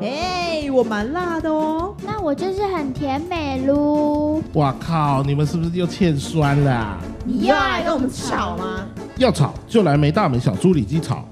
哎、我蛮辣的哦。那我就是很甜美噜。哇靠！你们是不是又欠酸啦、你又要来跟我们吵吗？要吵就来没大没小猪里鸡吵。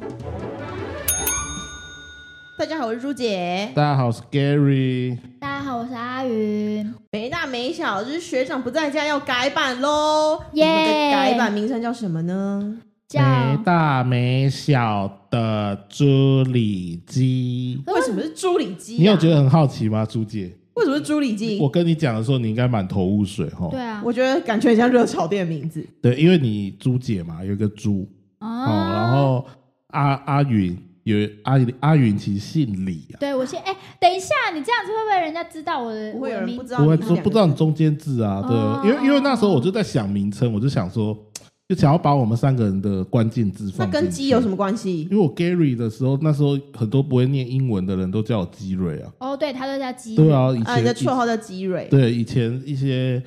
大家好，我是朱姐。大家好，我是 Gary。大家好，我是阿云。没大没小，就是学长不在家要改版喽。耶我们的改版名称叫什么呢？叫没大没小的猪里鸡，为什么是猪里鸡、啊？你有觉得很好奇吗，朱姐？为什么是猪里鸡？我我跟你讲的时候，你应该满头雾水哈。对啊，觉得感觉很像热炒店的名字。对，因为你朱姐嘛，有一个猪啊哦，然后阿阿云有阿阿云其实姓李啊，对我先哎、等一下，你这样子会不会人家知道我的不会有我人的名不字？知道我你不是不知道你中间字啊，对，哦因为因为那时候我就在想名称，我就想说，就想要把我们三个人的关键字那放。跟鸡有什么？么关系？因为我 Gary 的时候，那时候很多不会念英文的人都叫我基瑞啊，哦，对，他都叫鸡。对啊，以啊，你前、的绰号叫鸡蕊。对以前一些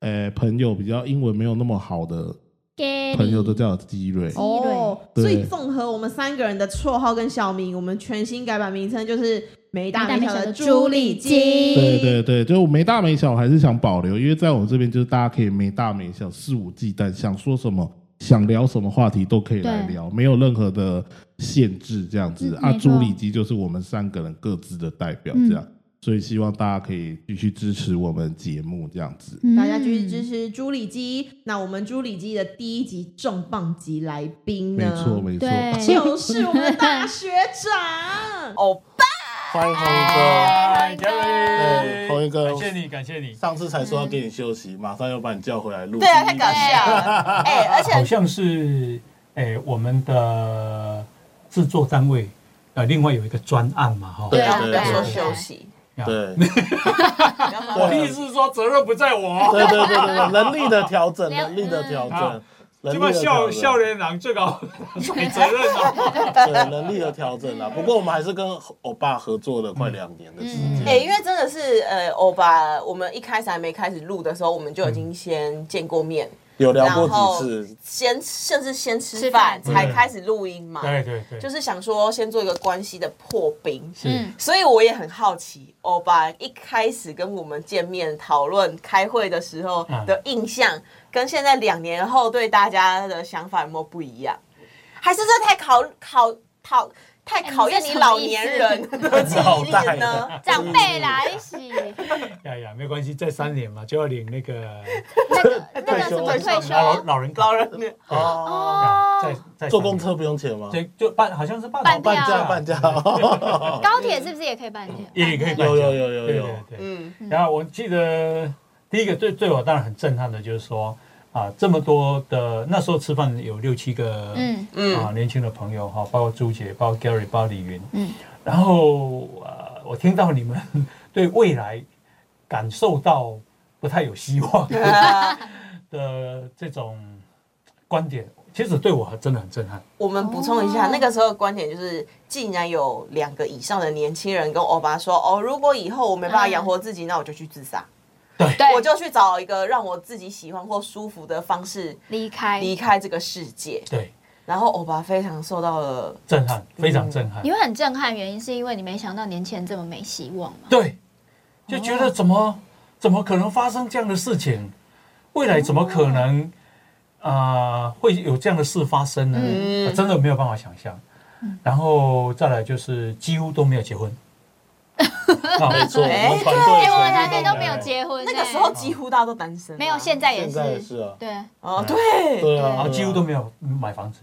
呃朋友比较英文没有那么好的 Gary，朋友都叫我基瑞，哦，对所以综合我们三个人的绰号跟小名，我们全新改版名称就是没大没小的猪里鸡。对对对，就我没大没小，还是想保留，因为在我这边就是大家可以没大没小，肆无忌惮，想说什么。想聊什么话题都可以来对聊，没有任何的限制，这样嗯子、啊。没错朱里基就是我们三个人各自的代表，这样，所以希望大家可以继续支持我们节目，这样子。嗯大家继续支持猪里鸡。那我们猪里鸡的第一集重磅级来宾没呢？错，没错。对，就是我们的大学长。哦，欢迎红一哥， Gary 对，红一哥感，谢你，感谢你。上次才说要给你休息，马上又把你叫回来录。对啊，太搞笑了。哎、而好且像是诶、我们的制作单位呃，另外有一个专案嘛，哈。对不要啊不对要啊说休息，对， 不要说我的意思是说，责任不在我。 对对对对对，能力的调整，了能力的调嗯好整，啊这能力么的笑调笑 整，脸郎最高没责任啊。对，能力的调整啦。不过我们还是跟欧巴合作了快两年的时嗯间。哎、因为真的是呃，欧巴，我们一开始还没开始录的时候，我们就已经先见过面，有聊过几次，先甚至先吃吃饭饭才对开始录音嘛。对对对，就是是想说先做一个关系的破冰。嗯，所以我也很好奇，欧巴一开始跟我们见面讨论开会的时候的印象，跟现在两年后对大家的想法有没有不一样？还是这太考考考太考验哎你老年哎人的记忆力呢？长辈啦，一 起呀呀，没关系，再三年嘛就要领那个那个那个什么退退老休老人卡老人呀哦，哦再，再坐三年公车不用钱吗？对，就办好像是办办好半掉价啊半价，高铁是不是也可以办掉？也可以办有有有 有对有对对。嗯，然后我记得第一个对对我当然很震撼的就是说啊，这么多的那时候吃饭有六七个嗯嗯啊年轻的朋友哈，包括朱姐，包括 Gary，包括李云，嗯，然后呃，我听到你们对未来感受到不太有希望的这种观点，其实对我真的很震撼。我们补充一下，哦那个时候的观点就是，竟然有两个以上的年轻人跟欧巴说：“哦，如果以后我没办法养活自己，那我就去自杀，嗯对，我就去找一个让我自己喜欢或舒服的方式离开，离开这个世界。对，”然后欧巴非常受到了，震撼，非常震撼。嗯你会很震撼，原因是因为你没想到年轻人这么没希望哦嘛？对，就觉得怎么、怎么可能发生这样的事情？未来怎么可能啊、呃会有这样的事发生呢？啊嗯我真的没有办法想象。嗯然后再来就是几乎都没有 结婚，啊没错，我哎们哎，我团队全们部团队都没没有有结婚，哎那个时候几乎大家都单身啊，没有，现在也现是，在也是啊，对，哦，对对啊，然后几乎都没有买房子，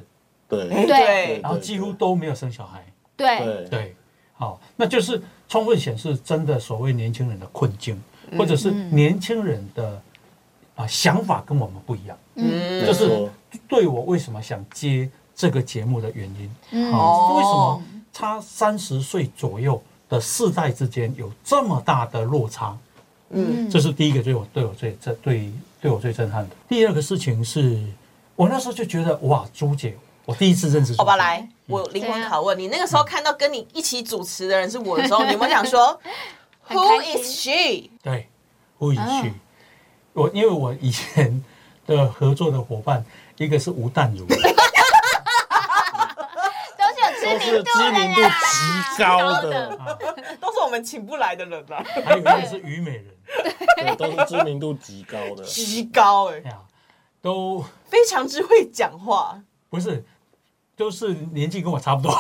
对，对然后几乎都没有生小孩。对，对。对，好，那就是充分显示真的所谓年轻人的困境，或者是嗯年轻人的啊、想法跟我们不一样。嗯，就就是是对我为什么想接这个节目的原因。嗯哦为什么差三十岁左右的世代之间有这么大的落差？嗯这是第一个对我对我最震对对我最震撼的。第二个事情是我那时候就觉得哇，朱姐，我第一次认识朱姐。欧巴来，嗯我灵魂拷问你，那个时候看到跟你一起主持的人是我 的时候，你有没有想说 Who 很开 is she？对，吴以旭啊哦，我因为我以前的 合作的伙伴，一个是吴淡如，都是有知都是知名度极高的，都是我们请不来的人啊啦，还有一个是虞美人，对，都是知名度极高的。极高哎、哎呀，都非常之会讲话。不是，都是年纪跟我 差不多，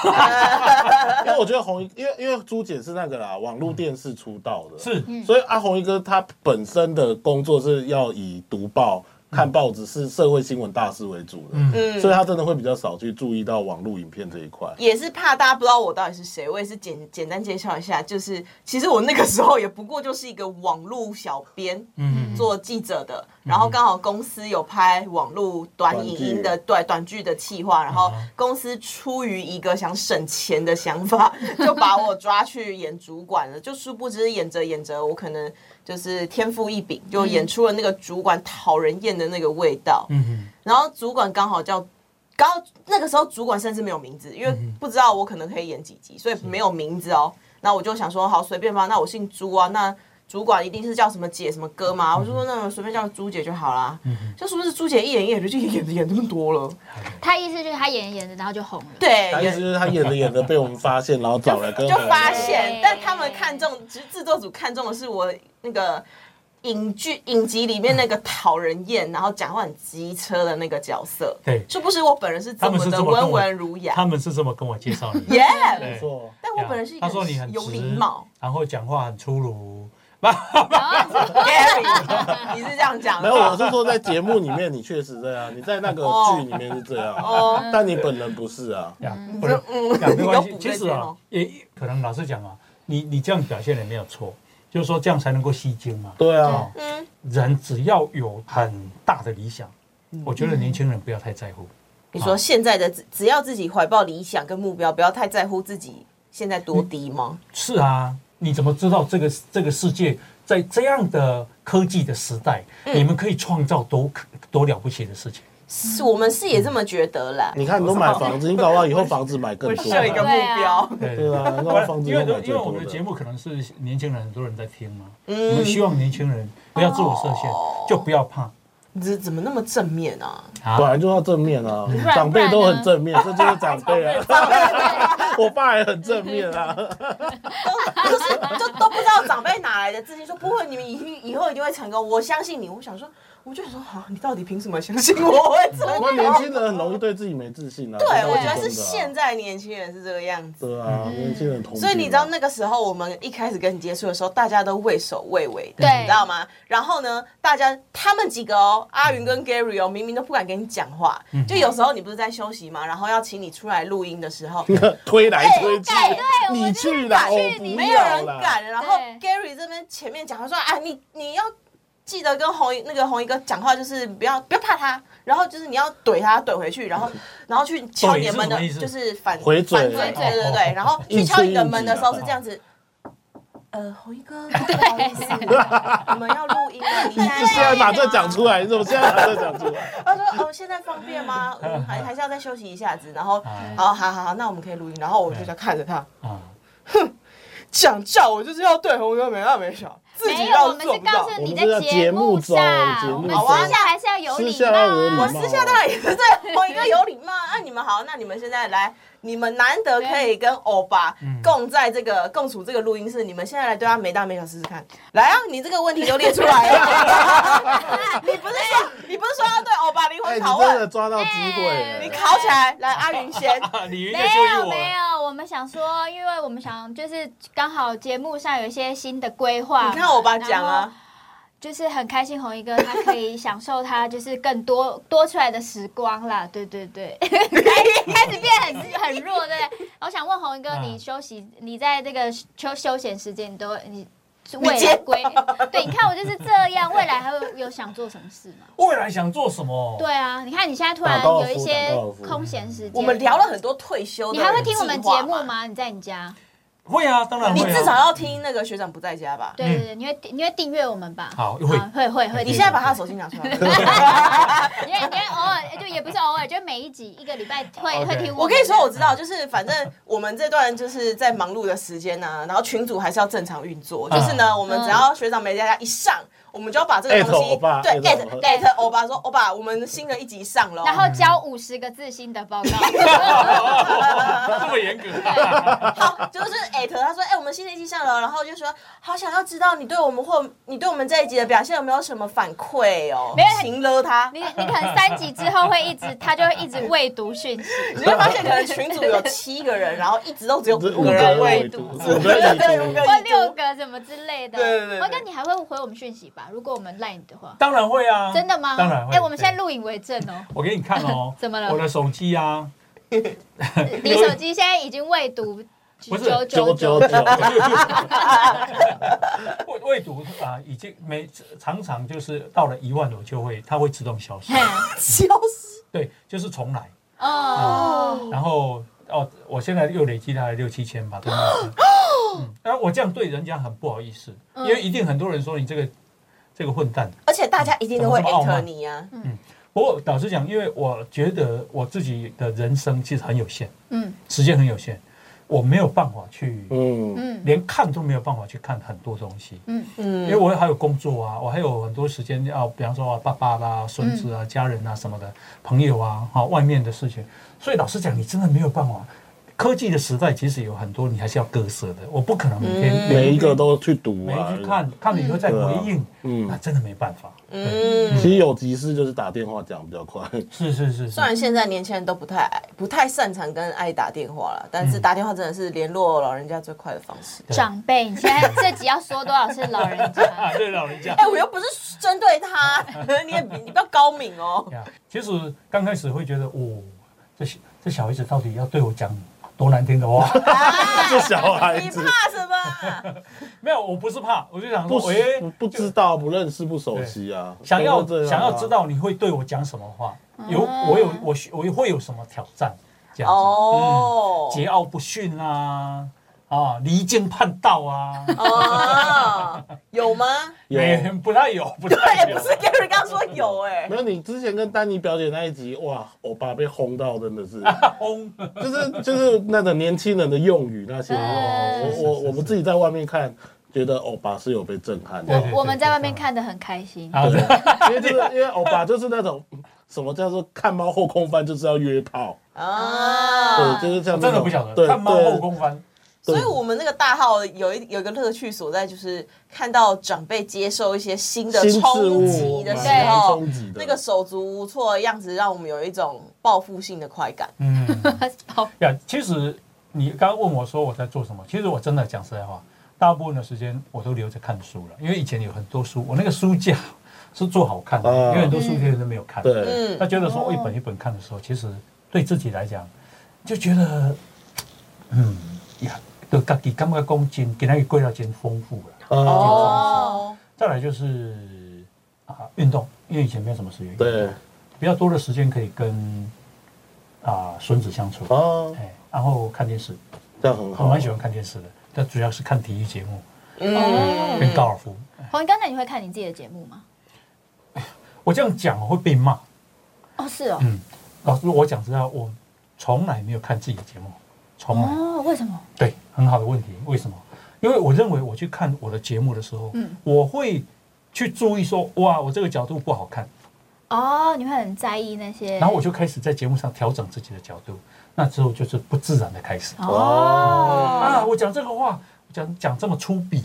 因为我觉得红衣，因为因为朱姐是那个啦，网络电视出道的，是嗯所以阿红一哥他本身的工作是要以读报、看报纸是社会新闻大事为主的，嗯所以他真的会比较少去注意到网络影片这一块。也是怕大家不知道我到底是谁，我也是简简单介绍一下，就是其实我那个时候也不过就是一个网络小编，嗯，做记者的，然后刚好公司有拍网络短影音的对短剧的企划，然嗯后公司出于一个想省钱的想法， 就把我抓去演主管了。就殊不知演着演着，我可能就是天赋异禀，就演出了那个主管讨人厌的那个味道。嗯嗯然后主管刚好叫，刚好那个时候主管甚至没有名字，因嗯为不知道我可能可以演几集，所以没有名字哦。那我就想说，好随便吧，那我姓朱啊，那主管一定是叫什么姐什么哥嗯嘛，我就说那随便叫朱姐就好啦。就是不是朱姐一演一演就演着演这么多了？他意思就是他演着演着，然后就红了。对，他意思演就是他演着演着被我们发现，然后找来跟 就红衣发哥现对，但他们看中，只是制作组看中的是我那个。影剧影集里面那个讨人厌，然后讲话很机车的那个角色，对是不是我本人是他这们么是这的么跟温我文儒雅？他们是这么跟我 介绍你的。耶！对没错。但我本人是一个他说你很有直礼貌然后讲话很粗鲁， ，Gary，你是这样讲没的？有，我是说在节目里面你确实这样，你在那个剧里面是这样，啊哦但你本人不是啊。呀，不你能说嗯，呀，没关系你。都补其这实边啊哦，也可能老实讲啊，你你这样表现也没有错，就是说这样才能够吸睛嘛。对啊，嗯，人只要有很大的理想，我觉得年轻人不要太在乎。你说现在的自只要自己怀抱理想跟目标，不要太在乎自己现在多低吗？是啊，你怎么知道这个这个世界在这样的科技的时代，你们可以创造多可多了不起的事情？是我们是也这么觉得啦。嗯你看你都买房子，你搞不好以后房子买更多。啊设一个目标，对对啊，那我房子因为又买因最为我多们的节的。目可能是年轻人很多人在听嘛，我嗯们，希望年轻人不要自我设限，就不要怕你这怎么那么正面啊？ 本啊。来就要正面啊，然长辈都很正面，这就是长辈啊。我爸也很正面 啊，都就是就都不知道长辈哪来的自信，说不会，你们以以后一定会成功，我相信你。我想说，我就想说，啊，你到底凭什么相信我会成那功？年轻人很容易对自己没自信啊。对，这倒我是觉得真的是啊现。在年轻人是这个样子。对啊，年轻人同。所以你知道那个时候我们一开始跟你接触的时候，大家都畏首畏尾的，对你知道吗？然后呢，大家他们几个哦，阿云嗯跟 Gary 哦，明明都不敢跟你讲话，就有时候你不是在休息嘛，然后要请你出来录音的时 候，个推来推去哎对，我你们去啦，是我去不你没有要人啦。敢。然后对 Gary 这边前面讲，他说：“啊，你你要记得跟红衣那个红衣哥讲话，就是不要不要怕他，然后就是你要怼他怼回去，然后然后去敲怼你的是门的什么意，思就是反回嘴反对对对对，然后去硬敲硬你的挤门的的时候是这样子。”呃，红衣哥，不好意思，我们要录音了，你现在你现在把这讲出来。来，你怎么现在把这讲出来？他说：“哦，现在方便吗？嗯，还还是要再休息一下子。”然后，嗯好好好，那我们可以录音。然后我就在看着他，啊，想叫我就是要对红哥没大没小，自己没有，要我们做是不到告。诉我你们是要在节节目目中上，节我目们中好啊私下还是要有私礼下要有礼貌啊貌我。私下当然也是对红一个有礼貌。那、你们好，那你们现在来，你们难得可以跟欧巴共在这个共处这个录音室，你们现在来对他没大没小试试看。来啊，你这个问题就列出 来了。你不是说你不是说要对欧巴灵魂哎，你拷真的问？抓到机会了。哎你考起来，来阿云 先。啊李云在没修理有我没了，有，我们想说，因为我们想就是刚好节目上有一些新的规划，你看欧巴讲啊，就是很开心红一哥他可以享受他就是更多多出来的时光啦，对对对， 开开始变很很弱，对不对？我想问红一哥，嗯你休息，你在这个休休闲时间，你都你你未接来 规，对，你看我就是这样，未来还会有想做什么事吗？未来想做什么？对啊，你看你现在突然哦打高尔夫有一些打高尔夫空闲时间，我们聊了，很多退休的你人还计划会嘛，听我们节目吗？你在你家？会啊，当然你会啊。至少要听那个学长不在家吧？对嗯对对，你会你会订阅我们吧？好会啊会会会。你现在把他的手机拿出来。 因为因为偶尔就也不是偶尔，就每一集一个礼拜会 OK 会听。我跟你说，我知道，就是反正我们这段就是在啊忙碌的时间呢、然后群组还是要正常运作。就是呢，我们只要学长没在家一上，我们就要把这个东 at 欧西巴对 at 欧 at 巴 at 欧巴说欧巴，我们新的一集上了哦，然后交五十个字新的报告， 这么严格， 好，就是艾特他说，哎、我们新的一期上了，然后就说好想要知道你对我们或你对我们这一集的表现有没有什么反馈哦，没有行了他你，你可能三集之后会一直，他就会一直未读讯息。你会发现可能群主有七个人，然后一直都只有这五五个个人未未读，读，五五个个对已五读个，或六个什么之类的，对对对对我跟你还会回我们讯息吧？如果我们 line 的话，当然会啊，真的吗？当然会。哎，我们现在对，录影为证哦。我给你看哦 ，怎么了我的手机啊，你手机现在已经未读不是九九九九，九九，未未读啊，已经每常常就是到了一万，我就会它会自动消失嘿，消失，对，就是重来。哦，然后哦，我现在又累积大概六七千吧，都没有分。哦嗯，然后我这样对人家很不好意思，嗯因为一定很多人说你这个这个混蛋。而且大家一定都会怎么这么傲慢 at 你啊，不过老实讲，因为我觉得我自己的人生其实很有限，嗯时间很有限，我没有办法去，嗯，嗯连看都没有办法去看很多东西。嗯，因嗯为，我还有工作啊，我还有很多时间要，比方说啊，爸爸啦、孙子啊、家人啊什么的，朋友啊，哈、外面的事情。所以老实讲，你真的没有办法。科技的时代，其实有很多你还是要割舍的。我不可能每天、嗯每一个都去读每啊一，去看，看了以后再对啊回应，嗯那真的没办法。对，嗯，其实有急事就是打电话讲比较快，是是是是虽，然现在年轻人都不太爱不太擅长跟爱打电话了，但是打电话真的是联络老人家最快的方式。对长辈，你现在这集要说多少次老人啊，家？ 对老 人家 哎、。我又不是针对他， 你也你不要高明哦。呀，其实刚开始会觉得，哦，这小这小孩子到底要对我讲多难听的话？这小孩啊你子怕什么啊？没有，我不是怕，我就想不说，哎，不不知道、不认识、不熟悉啊，想要都这样啊想要知，道你会对我讲什么话，嗯有我有我需我会有什么挑战，这样子，哦，桀骜不驯啊，啊，离经叛道啊，嗯哦，有吗？ 有没不太有，不太对，有哎不，是 Gary 刚说有哎、没有？你之前跟丹妮表姐那一集，哇，欧巴被轰到，真的是，轰，就是就是那种年轻人的用语那些，哦嗯我我我们自己在外面看，觉得欧巴是有被震撼的，对我们在外面看的很开心，啊，对因为就是因为欧巴就是那种嗯什么叫做看猫后空翻，就是要约炮，啊哦对，。就是像我这真的种不晓得，对看猫后空翻，对所以我们那个大号有一有一个乐趣所在，就是看到长辈接受一些新嗯的对新事冲物击的时蛮候冲，击的那个手足无措的样子，让我们有一种报复性的快感。嗯， 好，呀，其实你刚刚问我说我在做什么，其实我真的讲实在话，大部分的时间我都留着看书了，因为以前有很多书，我那个书架是做好看的，啊有很多书其实都没有看，对，他嗯，觉得说哦我一本一本看的时候，其实对自己来讲，就觉得，嗯呀，对自己感觉讲真，给那个过了真丰富了。啊，哦，再来就是啊，运动，因为以前没有什么时间，对，比较多的时间可以跟啊孙子相处，啊，哎，然后看电视，这样很我好，蛮喜欢看电视的，但主要是看体育节目嗯，跟高尔夫。红，刚才你会看你自己的节目吗？我这样讲会被骂，哦，是哦，嗯，老师，我讲实在话，我从来没有看自己的节目，从来。嗯哦，为什么？对，很好的问题。为什么？因为我认为我去看我的节目的时候，嗯我会去注意说，哇，我这个角度不好看，哦，你会很在意那些，然后我就开始在节目上调整自己的角度。那之后就是不自然的开始、啊，哦，我讲这个话，我讲讲这么粗鄙，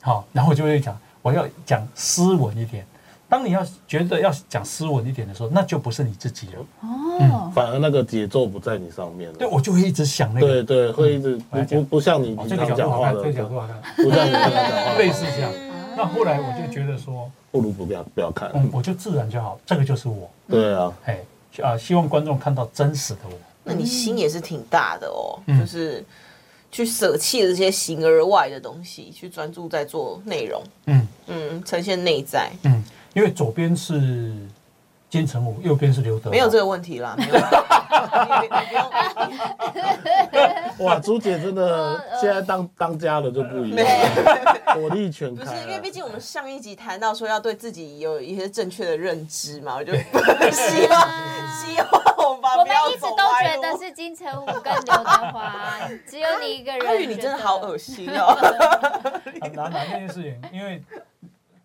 好，然后我就会讲，我要讲斯文一点。当你要觉得要讲斯文一点的时候，那就不是你自己了。哦，反而那个节奏不在你上面了。对，我就会一直想那对个，对，会一直嗯不不不像你哦平这个角常度讲好话看，的，这个角度好看，不像你平常讲话的类似这样。那后来我就觉得说，不如不要不要看。嗯，我就自然就好，这个就是我。对啊，哎，啊、希望观众看到真实的我。那你心也是挺大的哦，嗯就是去舍弃这些形而外的东西，去专注在做内容，嗯嗯，呈现内在，嗯，因为左边是金城武，右边是刘德华，没有这个问题啦，没有 啦你你你不用哇，朱姐 真的呃现在当当家了就不一没样有了，火力全不是，开啊因为毕了。竟我们上一集谈到说要对自己有一些正确的认知嘛，我就希望希望我们我不们要一直走都歪觉路得是金城武跟刘德华， 只有你一个人。 阿宇，你真的好恶心哦！啊。拿拿那件事情，因为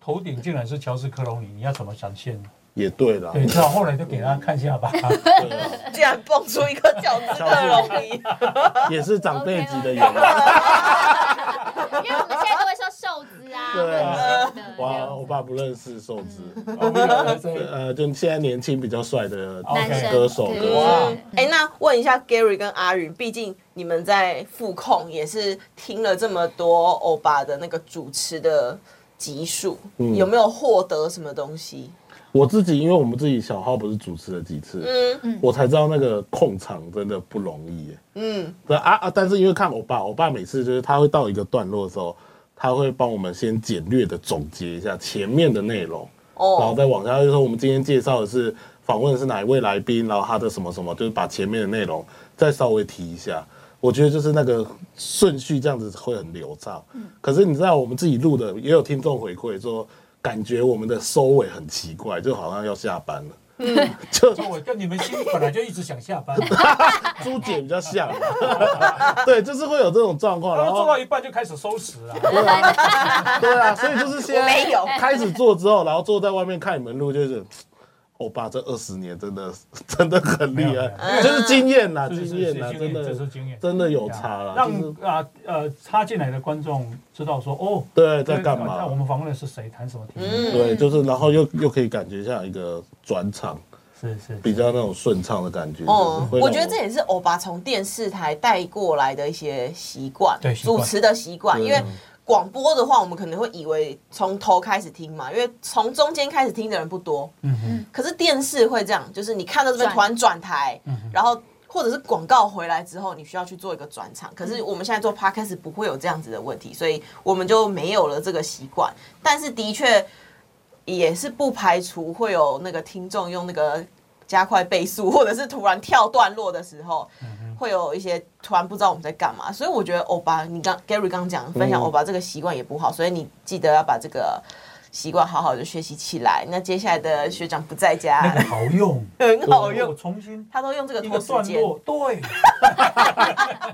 头顶竟然是乔治·克隆尼，你要怎么展现呢？也 对了， 对，至少后来就给大家看一下 吧。对啊竟然蹦出一个饺子克隆尼，也是长辈级的 演哦员。 因为我们现在都会说瘦子啊，或对者啊是的这哇，样我爸不认识瘦子，嗯我们有 这呃，就现在年轻比较帅的男生歌手，对歌对手哇对哎、那问一下 Gary 跟阿云，毕竟你们在复控也是听了这么多欧巴的那个主持的集数，嗯有没有获得什么东西？我自己，因为我们自己小号不是主持了几次，嗯我才知道那个控场真的不容易耶。嗯，对啊啊！但是因为看我爸，我爸每次就是他会到一个段落的时候，他会帮我们先简略的总结一下前面的内容，然后哦，再往下就说我们今天介绍的是访问的是哪一位来宾，然后他的什么什么，就是把前面的内容再稍微提一下。我觉得就是那个顺序这样子会很流畅。可是你知道我们自己录的也有听众回馈说，感觉我们的收尾很奇怪，就好像要下班了。就这我跟你们心本来就一直想下 班，朱姐比较像，对，就是会有这种状况。然然后后做到一半就开始收拾啊了。对啊，所以就是先没有开始做之后，然后坐在外面看你们录，就是欧巴这二十年真的 真的很厉没有没害，就是经验啦，是是经是验啦，啊经真验，这是的经验，真的有差啦，就是让啊呃插进来的观众知道说哦，对在干那我嘛，嗯们访问的是谁，谈什么题目？对，就是然后又又可以感觉像一个转场，是是比较那种顺畅的感觉。哦就是，会让我觉得这也是欧巴从电视台带过来的一些习惯，对习惯主持的习惯，因为。广播的话，我们可能会以为从头开始听嘛，因为从中间开始听的人不多。嗯哼，可是电视会这样，就是你看到这边转突然转台，嗯哼然后或者是广告回来之后，你需要去做一个转场。嗯可是我们现在做 podcast 不会有这样子的问题，所以我们就没有了这个习惯。但是的确也是不排除会有那个听众用那个加快倍速，或者是突然跳段落的时候。嗯会有一些突然不知道我们在干嘛，所以我觉得欧巴，你刚 Gary 刚讲分享欧巴这个习惯也不好，所以你记得要把这个习惯好好的学习起来。那接下来的学长不在家，那个好 用，很好我用，重新他都用这 个一拖个时段间。落，对，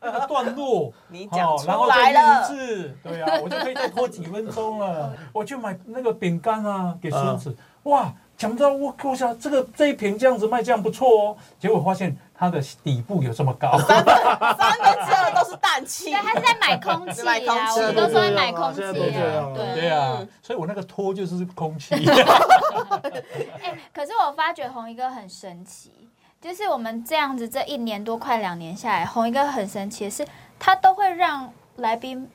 那个段落， 你讲好，出然后来再了录一次，对 啊，我就可以再拖几分钟了。我去买那个饼干啊，给孙子，嗯哇，想不到我我想这个这一瓶这样子卖这样不错哦，结果发现它的底部有这么高，三分之二都是氮气对，。他是在 买空气买空气啊，我们都说在买空气现在都这啊样啊， 对啊，所以我那个拖就是 空气，哎，可是我发觉红一哥很神奇，就是我们这样子这一年多快两年下来，红一哥很神奇的是，他都会让来宾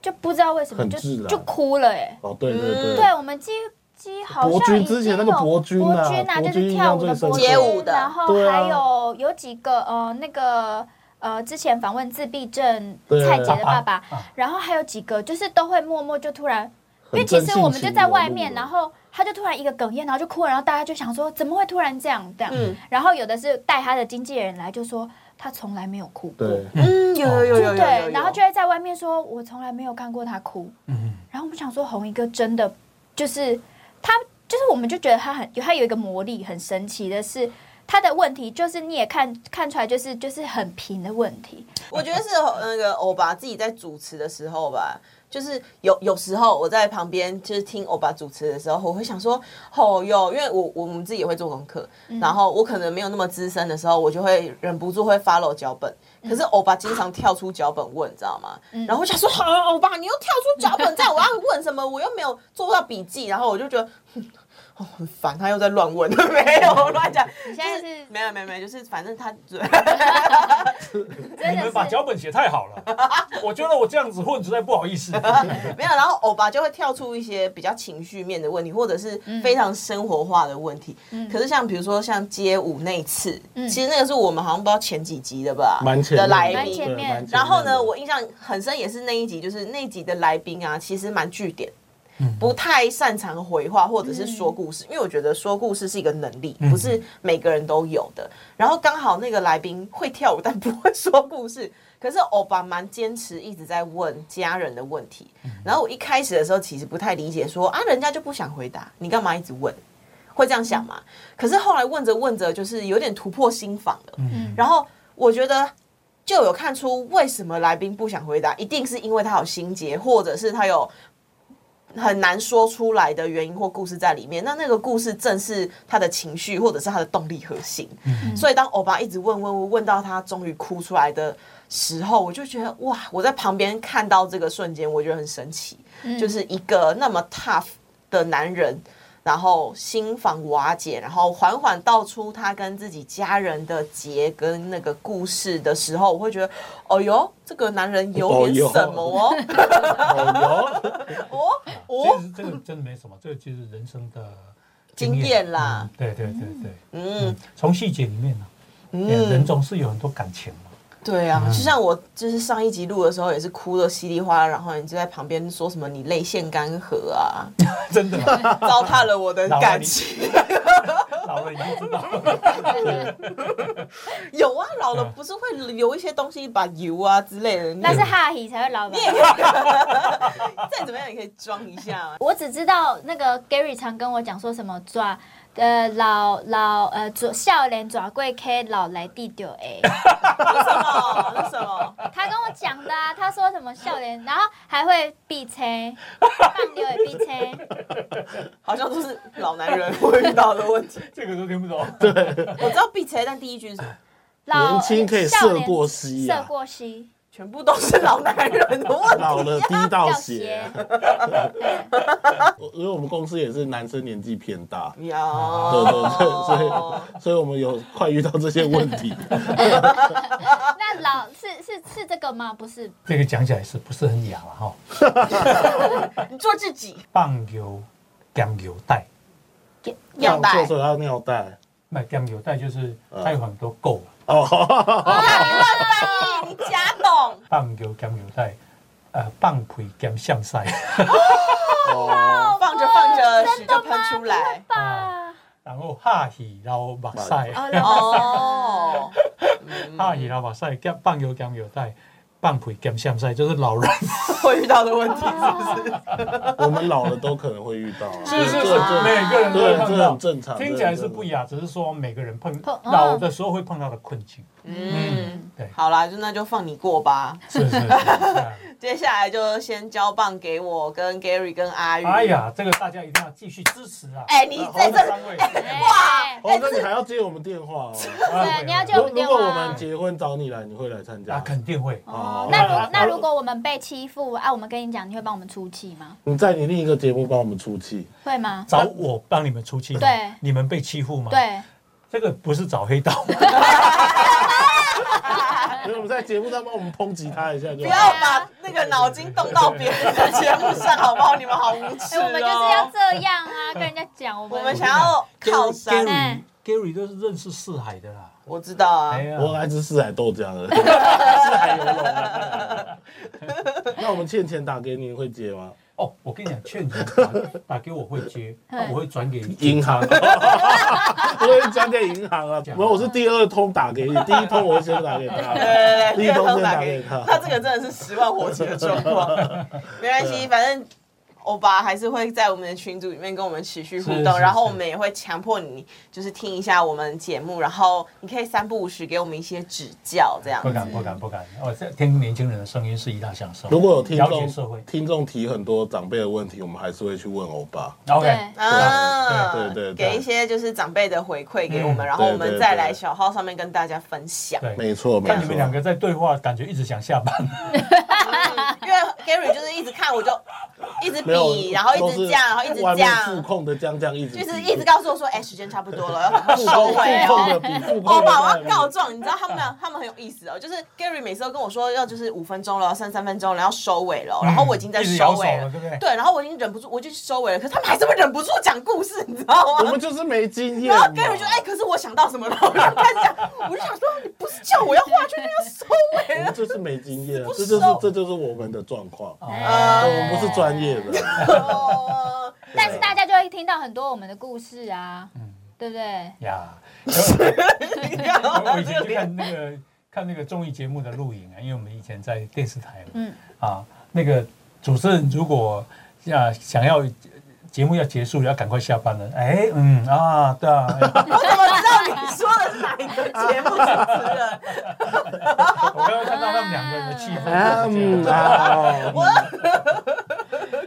就不知道为什么很就自然就哭了哎。哦，对对嗯对，对，我们几几好伯像君已之经前有那个伯君啊伯君啊，伯就君是印跳象舞的最伯深刻君，街舞的然后对啊还有有几个呃那个。呃，之前访问自闭症对蔡杰的爸啊爸，然后还有几个就是都会默默就突然，因为很其正实我们性就情在流外露面，的然后他就突然一个哽咽，然后就哭了，然后大家就想说怎么会突然这样这样，嗯然后有的是带他的经纪人来就说他从来没有哭过，对，嗯， 有有有有有有对，然后就会在外面说，我从来没有看过他哭。嗯然后我们想说，红一哥真的就是他，就是我们就觉得他很有，他有一个魔力，很神奇的是。他的问题就是你也看看出来，就是就是很平的问题，我觉得是那个欧巴自己在主持的时候吧，就是有有时候我在旁边就是听欧巴主持的时候，我会想说，哦哟，因为我我们自己也会做功课，嗯然后我可能没有那么资深的时候，我就会忍不住会 follow 脚本。可是欧巴经常跳出脚本问，你知道吗？嗯然后我想说，好、欧巴，你又跳出脚本，这样我要问什么？我又没有做到笔记，然后我就觉得。哼哦，很烦，他又在乱问，没有乱讲。你嗯现在是没有没有没有，就是反正他 真你的们把是脚本写太好了，我觉得我这样子混实在不 好意思。没有，然后欧巴就会跳出一些比较情绪面的问题，或者是嗯非常生活化的问题。可是像比如说像街舞那一次，其实那个是我们好像不知道前几集的吧，蛮前的面来嗯蛮宾前。对面蛮前然后面呢，的我印象很深，也是那一集，就是那一集的来宾啊，其实蛮据点，不太擅长回话或者是说故事，因为我觉得说故事是一个能力，不是每个人都有的。然后刚好那个来宾会跳舞，但不会说故事。 可是欧巴蛮坚持一直在问家人的问题，然后我一开始的时候其实不太理解说啊，人家就不想回答，你干嘛一直问？会这样想嘛？可是后来问着问着，就是有点突破心防了。然后我觉得就有看出为什么来宾不想回答，一定是因为他有心结，或者是他有很难说出来的原因或故事在里面。那那个故事正是他的情绪或者是他的动力核心。所以当欧巴一直问问问问到他终于哭出来的时候，我就觉得哇！我在旁边看到这个瞬间，我觉得很神奇，就是一个那么 tough 的男人。然后心房瓦解，然后缓缓道出他跟自己家人的结跟那个故事的时候，我会觉得，哦哟，这个男人有点什么哦，哦哦其哦，实这个真的没什么，这个就是人生的经验啦嗯对对对对，嗯从细节里面呢、对啊人嗯，总是有很多感情嘛。对啊，就像我就是上一集录的时候也是哭的稀里哗啦，然后你就在旁边说什么你泪腺干涸啊，真的， 糟蹋了我的老了感你情。老了已经知道了。 有啊，老了不是会留一些东西，把油啊之类的，那但是哈希才会老吧你？也可以再怎么样也可以装一下啊。我只知道那个 Gary 常跟我讲说什么抓。呃，老老呃，左笑脸抓贵 K 老来地丢 A， 那什么？那什么？他跟我讲的啊，他说什么笑脸，然后还会避车，放流也避车，好像都是老男人会遇到的问题。这个都听不懂。我知道避谁，但第一句是什么老年轻可以笑涉脸过膝涉啊，过膝，全部都是老男人的问题。老了滴到掉血鞋啊。，对，我因为我们公司也是男生年纪偏大，有，对对对，所以所以我们有快遇到这些问题。那老是是是这个吗？不是，哦这个讲起来是不是很雅了哈？你做自己，棒油、甘油带，尿这样袋做，所以要尿袋那甘油带就是嗯它有很多垢啊，哦，你假懂，棒油、甘油带，呃，棒皮甘香菜，哦放着放着屎就喷出来。爸，然后哈喜老马赛，哦，哦，哈喜老马赛， 甘棒油、甘油带，棒皮甘香菜，就是老人。会遇到的问题是不是？我们老了都可能会遇到啊，是是这是，这每个人都会对碰这到，很正常听起来是不一样，只是说每个人碰碰哦老的时候会碰到的困境。嗯对，好啦，就那就放你过吧。是是是是啊。接下来就先交棒给我跟 Gary 跟阿宇。哎，呀，这个大家一定要继续支持啊！哎，你在这单位，哎哇，哦，那你还要接我们电话哦。啊对，你要接如我们如电果我话们。结婚找你来，你会来参那加？肯定会。哦哦，那如那如果我们被欺负啊，我们跟你讲，你会帮我们出气吗？你在你另一个节目帮我们出气，会吗？找我帮你们出气吗，对你们被欺负吗？，对，这个不是找黑道，因为我们在节目上帮我们抨击他一下就不好。要把那个脑筋动到别人的节目上，好不好？你们好无哎，耻哦！我们就是要这样嗯啊，跟人家讲我们我们想要 靠山。哎 Gary Gary 都是认识四海的啦。我知道啊哎，呀，我来自四海豆浆了，四海游龙了。 那我们倩倩打给你会接吗？哦，我跟你讲，劝你打 打给我会接，嗯我会转给银行，我会转给银行啊。没有，我是第二通 打给你，第一通我会先打给他。对对立对，冬通先打打给给你他他这个真的是十万火急的状况，没关系，反正欧巴还是会在我们的群组里面跟我们持续互是动，是然后我是们也会强迫你就是听一下我们节目，然后你可以三不五时给我们一些指教，这样不。敢不敢不敢，我这听年轻人的声音是一大享受。如果有听了解社会众听众提很多长辈的问题，我们还是会去问欧巴。 ，OK，啊，对对对对给一些就是长辈的回馈给我们，嗯然后我对们对再对来小号上面跟大家分享。对，没错，没看你们两错。个在对话，感觉一直想下班。因为 Gary 就是一直看，我就一直没有比，，然后一直这样，然后一直外这面复样，控的将将一直就是一直告诉我说，哎、时间差不多了，要赶快复收控回复控哦。的比复控的欧巴，我要告状，你知道他们他们很有意思哦，就是 Gary 每次都跟我说要就是五分钟了，剩三分钟了，要收尾了，然后我已经在 一直收摇手尾了，对不对？对，然后我已经忍不住，我就收尾了，可是他们还是会忍不住讲故事，你知道我吗们？就是没经验啊然后。嘛 Gary 就哎、可是我想到什么了，然后我就开始讲，我就想说，你不是叫我要画圈圈要收尾我了们，就是没经验，不这熟就是这就是我们的状况。啊我们不是专业的，哦但是大家就会听到很多我们的故事啊，嗯对不啊对？呀， 你看我到我以前这去里看那个看那个综艺节目的录影啊，因为我们以前在电视台嘛，嗯啊，那个主持人如果啊想要节目要结束了，要赶快下班了，哎，嗯啊，对啊，哎我怎么知道你说的是哪一个节目主持人？ 我刚刚看到他们两个人的气氛啊就是嗯这样，啊，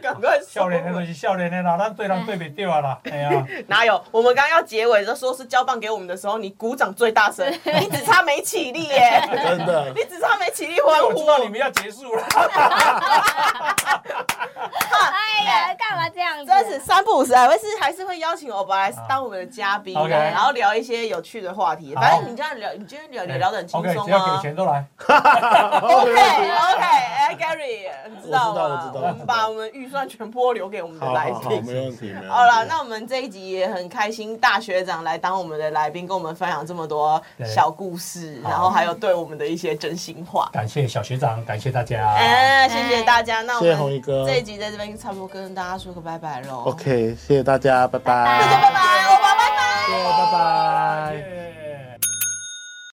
赶赶快笑收脸的东尾。西，笑脸的啦，咱对人对不对啊啦，哎呀， 哪有？我们刚刚要结尾的时候说是交棒给我们的时候，你鼓掌最大声，你只差没起立耶，真的 你只差没起立欢我呼哦知。道你们要结束了，哎呀，干嘛这样子啊？真是三不五时，还会是还是会邀请欧巴来当我们的嘉宾啊， OK 然后聊一些有趣的话题。好反正你这样聊，你今天聊聊聊得很轻 OK，松只要啊给。钱都来， OK OK，哎，Gary，你知道我吗知道我知？道我们把我们预算全部都留给我们的好来好好，宾。没问题，没问题。好了，那我们这一集也很开心，大学长来当我们的来宾，跟我们分享这么多小故事，好然后还有对我们的一些真心话。感谢小学长，感谢大家，哎，谢谢大家，那我谢谢红们衣哥这一集在这边差不多跟大家说个拜拜喽。 ，OK，谢谢大家，拜拜，拜大家拜拜，欧巴拜拜。谢谢，拜拜。